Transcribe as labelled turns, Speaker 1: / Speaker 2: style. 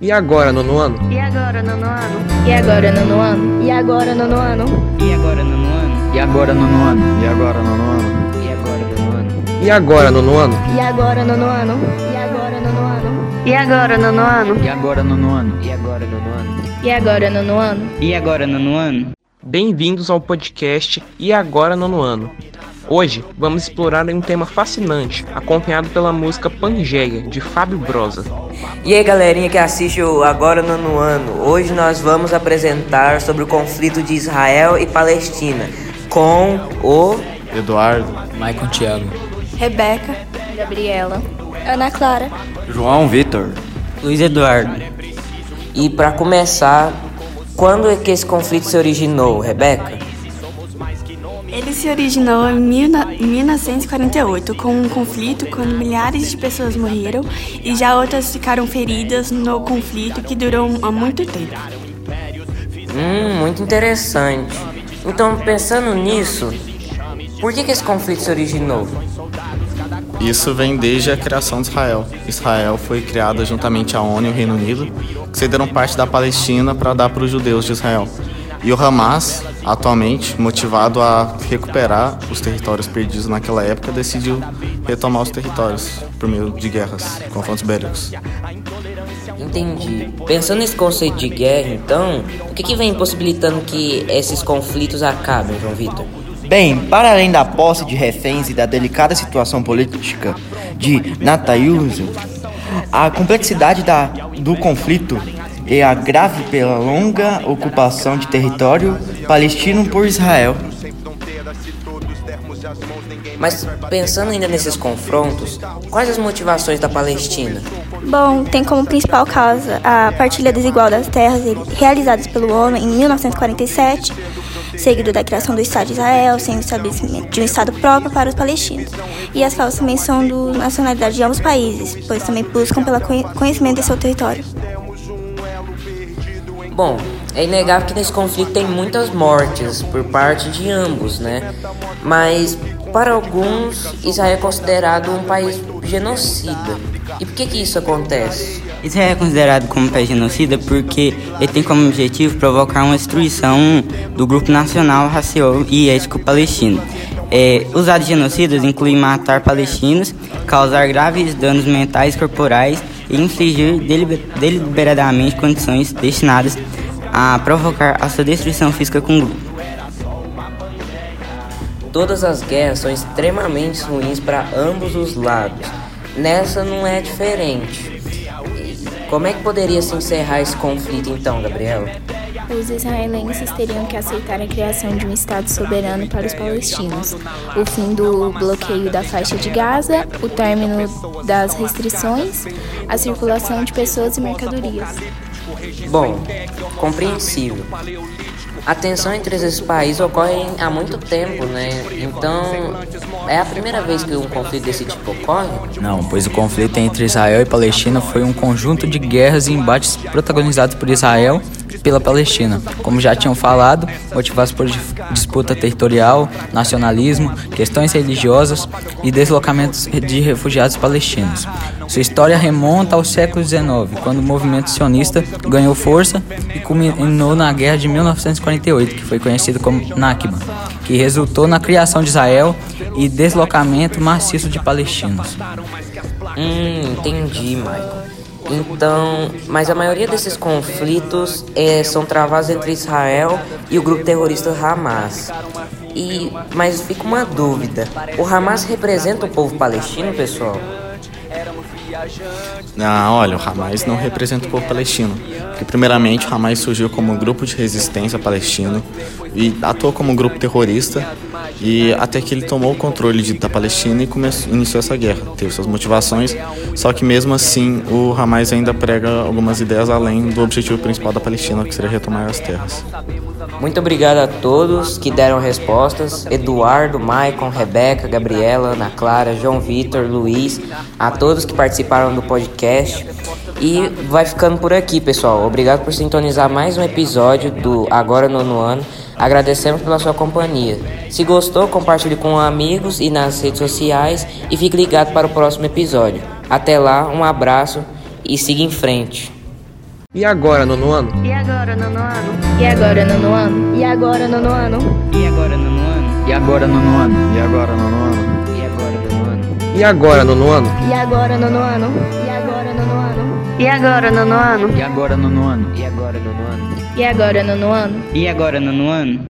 Speaker 1: E agora, nono ano?
Speaker 2: E agora, nono ano? E agora, nono ano? E agora, nono ano?
Speaker 3: E agora, nono ano?
Speaker 4: E agora, nono ano?
Speaker 5: E agora, nono ano?
Speaker 3: E agora, nono ano?
Speaker 1: E agora, nono ano?
Speaker 2: E agora, nono ano? E agora, nono ano? E agora, nono ano?
Speaker 4: E agora, nono ano?
Speaker 3: E
Speaker 2: E agora,
Speaker 3: agora, nono ano?
Speaker 2: nono ano?
Speaker 3: E agora, nono ano?
Speaker 1: Bem-vindos ao podcast E agora, nono ano. Hoje vamos explorar um tema fascinante, acompanhado pela música Pangeia, de Fábio Brosa.
Speaker 6: E aí galerinha que assiste o Agora Nono Ano, hoje nós vamos apresentar sobre o conflito de Israel e Palestina com o
Speaker 5: Eduardo.
Speaker 4: Maicon Thiago.
Speaker 2: Rebeca, Gabriela, Ana Clara.
Speaker 5: João Vitor.
Speaker 4: Luiz Eduardo.
Speaker 6: E para começar, quando é que esse conflito se originou, Rebeca?
Speaker 7: Ele se originou em mil na- 1948 com um conflito quando milhares de pessoas morreram e já outras ficaram feridas no conflito que durou há muito tempo.
Speaker 6: Hum, muito interessante. Então, pensando nisso, por que, que esse conflito se originou?
Speaker 5: Isso vem desde a criação de Israel. Israel foi criada juntamente à ONU e o Reino Unido, que cederam parte da Palestina para dar para os judeus de Israel. E o Hamas, atualmente motivado a recuperar os territórios perdidos naquela época, decidiu retomar os territórios por meio de guerras, confrontos bélicos.
Speaker 6: Entendi. Pensando nesse conceito de guerra, então, o que, que vem possibilitando que esses conflitos acabem, João Vitor?
Speaker 8: Bem, para além da posse de reféns e da delicada situação política de Natayuso, a complexidade da- do conflito e a grave pela longa ocupação de território palestino por Israel.
Speaker 6: Mas pensando ainda nesses confrontos, quais as motivações da Palestina?
Speaker 9: Bom, tem como principal causa a partilha desigual das terras realizadas pelo homem em 1947, seguido da criação do Estado de Israel, sem o estabelecimento de um Estado próprio para os palestinos. E as causas também são do nacionalidade de ambos os países, pois também buscam pelo conhe- conhecimento de seu território.
Speaker 6: Bom, é inegável que nesse conflito tem muitas mortes por parte de ambos, né? Mas para alguns, Israel é considerado um país genocida. E por que que isso acontece?
Speaker 3: Israel é considerado como país genocida porque ele tem como objetivo provocar uma destruição do grupo nacional racial e ético palestino. É, os atos genocidas incluem matar palestinos, causar graves danos mentais e corporais e infligir delibe- deliberadamente condições destinadas a provocar a sua destruição física com o grupo.
Speaker 6: Todas as guerras são extremamente ruins para ambos os lados. Nessa não é diferente. E como é que poderia se encerrar esse conflito então, Gabriela?
Speaker 9: Os israelenses teriam que aceitar a criação de um Estado soberano para os palestinos, o fim do bloqueio da faixa de Gaza, o término das restrições, a circulação de pessoas e mercadorias.
Speaker 6: Bom, compreensível. A tensão entre esses países ocorre há muito tempo, né? Então, é a primeira vez que um conflito desse tipo ocorre?
Speaker 4: Não, pois o conflito entre Israel e Palestina foi um conjunto de guerras e embates protagonizados por Israel e pela Palestina, como já tinham falado, motivados por dif- disputa territorial, nacionalismo, questões religiosas e deslocamentos de refugiados palestinos. Sua história remonta ao século XIX, quando o movimento sionista ganhou força e culminou na guerra de 1948, que foi conhecida como Nakba, que resultou na criação de Israel e deslocamento maciço de palestinos.
Speaker 6: Hum, entendi, Michael. Então, mas a maioria desses conflitos eh, são travados entre Israel e o grupo terrorista Hamas. E, mas fica uma dúvida: o Hamas representa o povo palestino, pessoal?
Speaker 5: Não, Ah, olha, o Hamas não representa o povo palestino. Porque, primeiramente, o Hamas surgiu como um grupo de resistência palestino e atuou como um grupo terrorista. E até que ele tomou o controle de- da Palestina e começou, iniciou essa guerra. Teve suas motivações, só que mesmo assim o Hamas ainda prega algumas ideias além do objetivo principal da Palestina, que seria retomar as terras.
Speaker 6: Muito obrigado a todos que deram respostas: Eduardo, Maicon, Rebeca, Gabriela, Ana Clara, João Vitor, Luiz, a todos que participaram do podcast. E vai ficando por aqui, pessoal. Obrigado por sintonizar mais um episódio do Agora Nono Ano. Agradecemos pela sua companhia. Se gostou, compartilhe com amigos e nas redes sociais e fique ligado para o próximo episódio. Até lá, um abraço e siga em frente.
Speaker 1: E agora, nono ano?
Speaker 2: E agora, nono ano? E agora, nono ano? E agora, nono ano?
Speaker 3: E agora, nono ano?
Speaker 4: E agora, nono ano?
Speaker 5: E agora, nono ano?
Speaker 3: E agora, nono ano?
Speaker 1: E agora, nono ano?
Speaker 2: E agora, nono ano? E agora, nono ano? E agora, nono ano?
Speaker 4: E agora, nono ano?
Speaker 3: E agora, nono ano?
Speaker 2: E agora, nono ano?
Speaker 3: E agora, nono ano?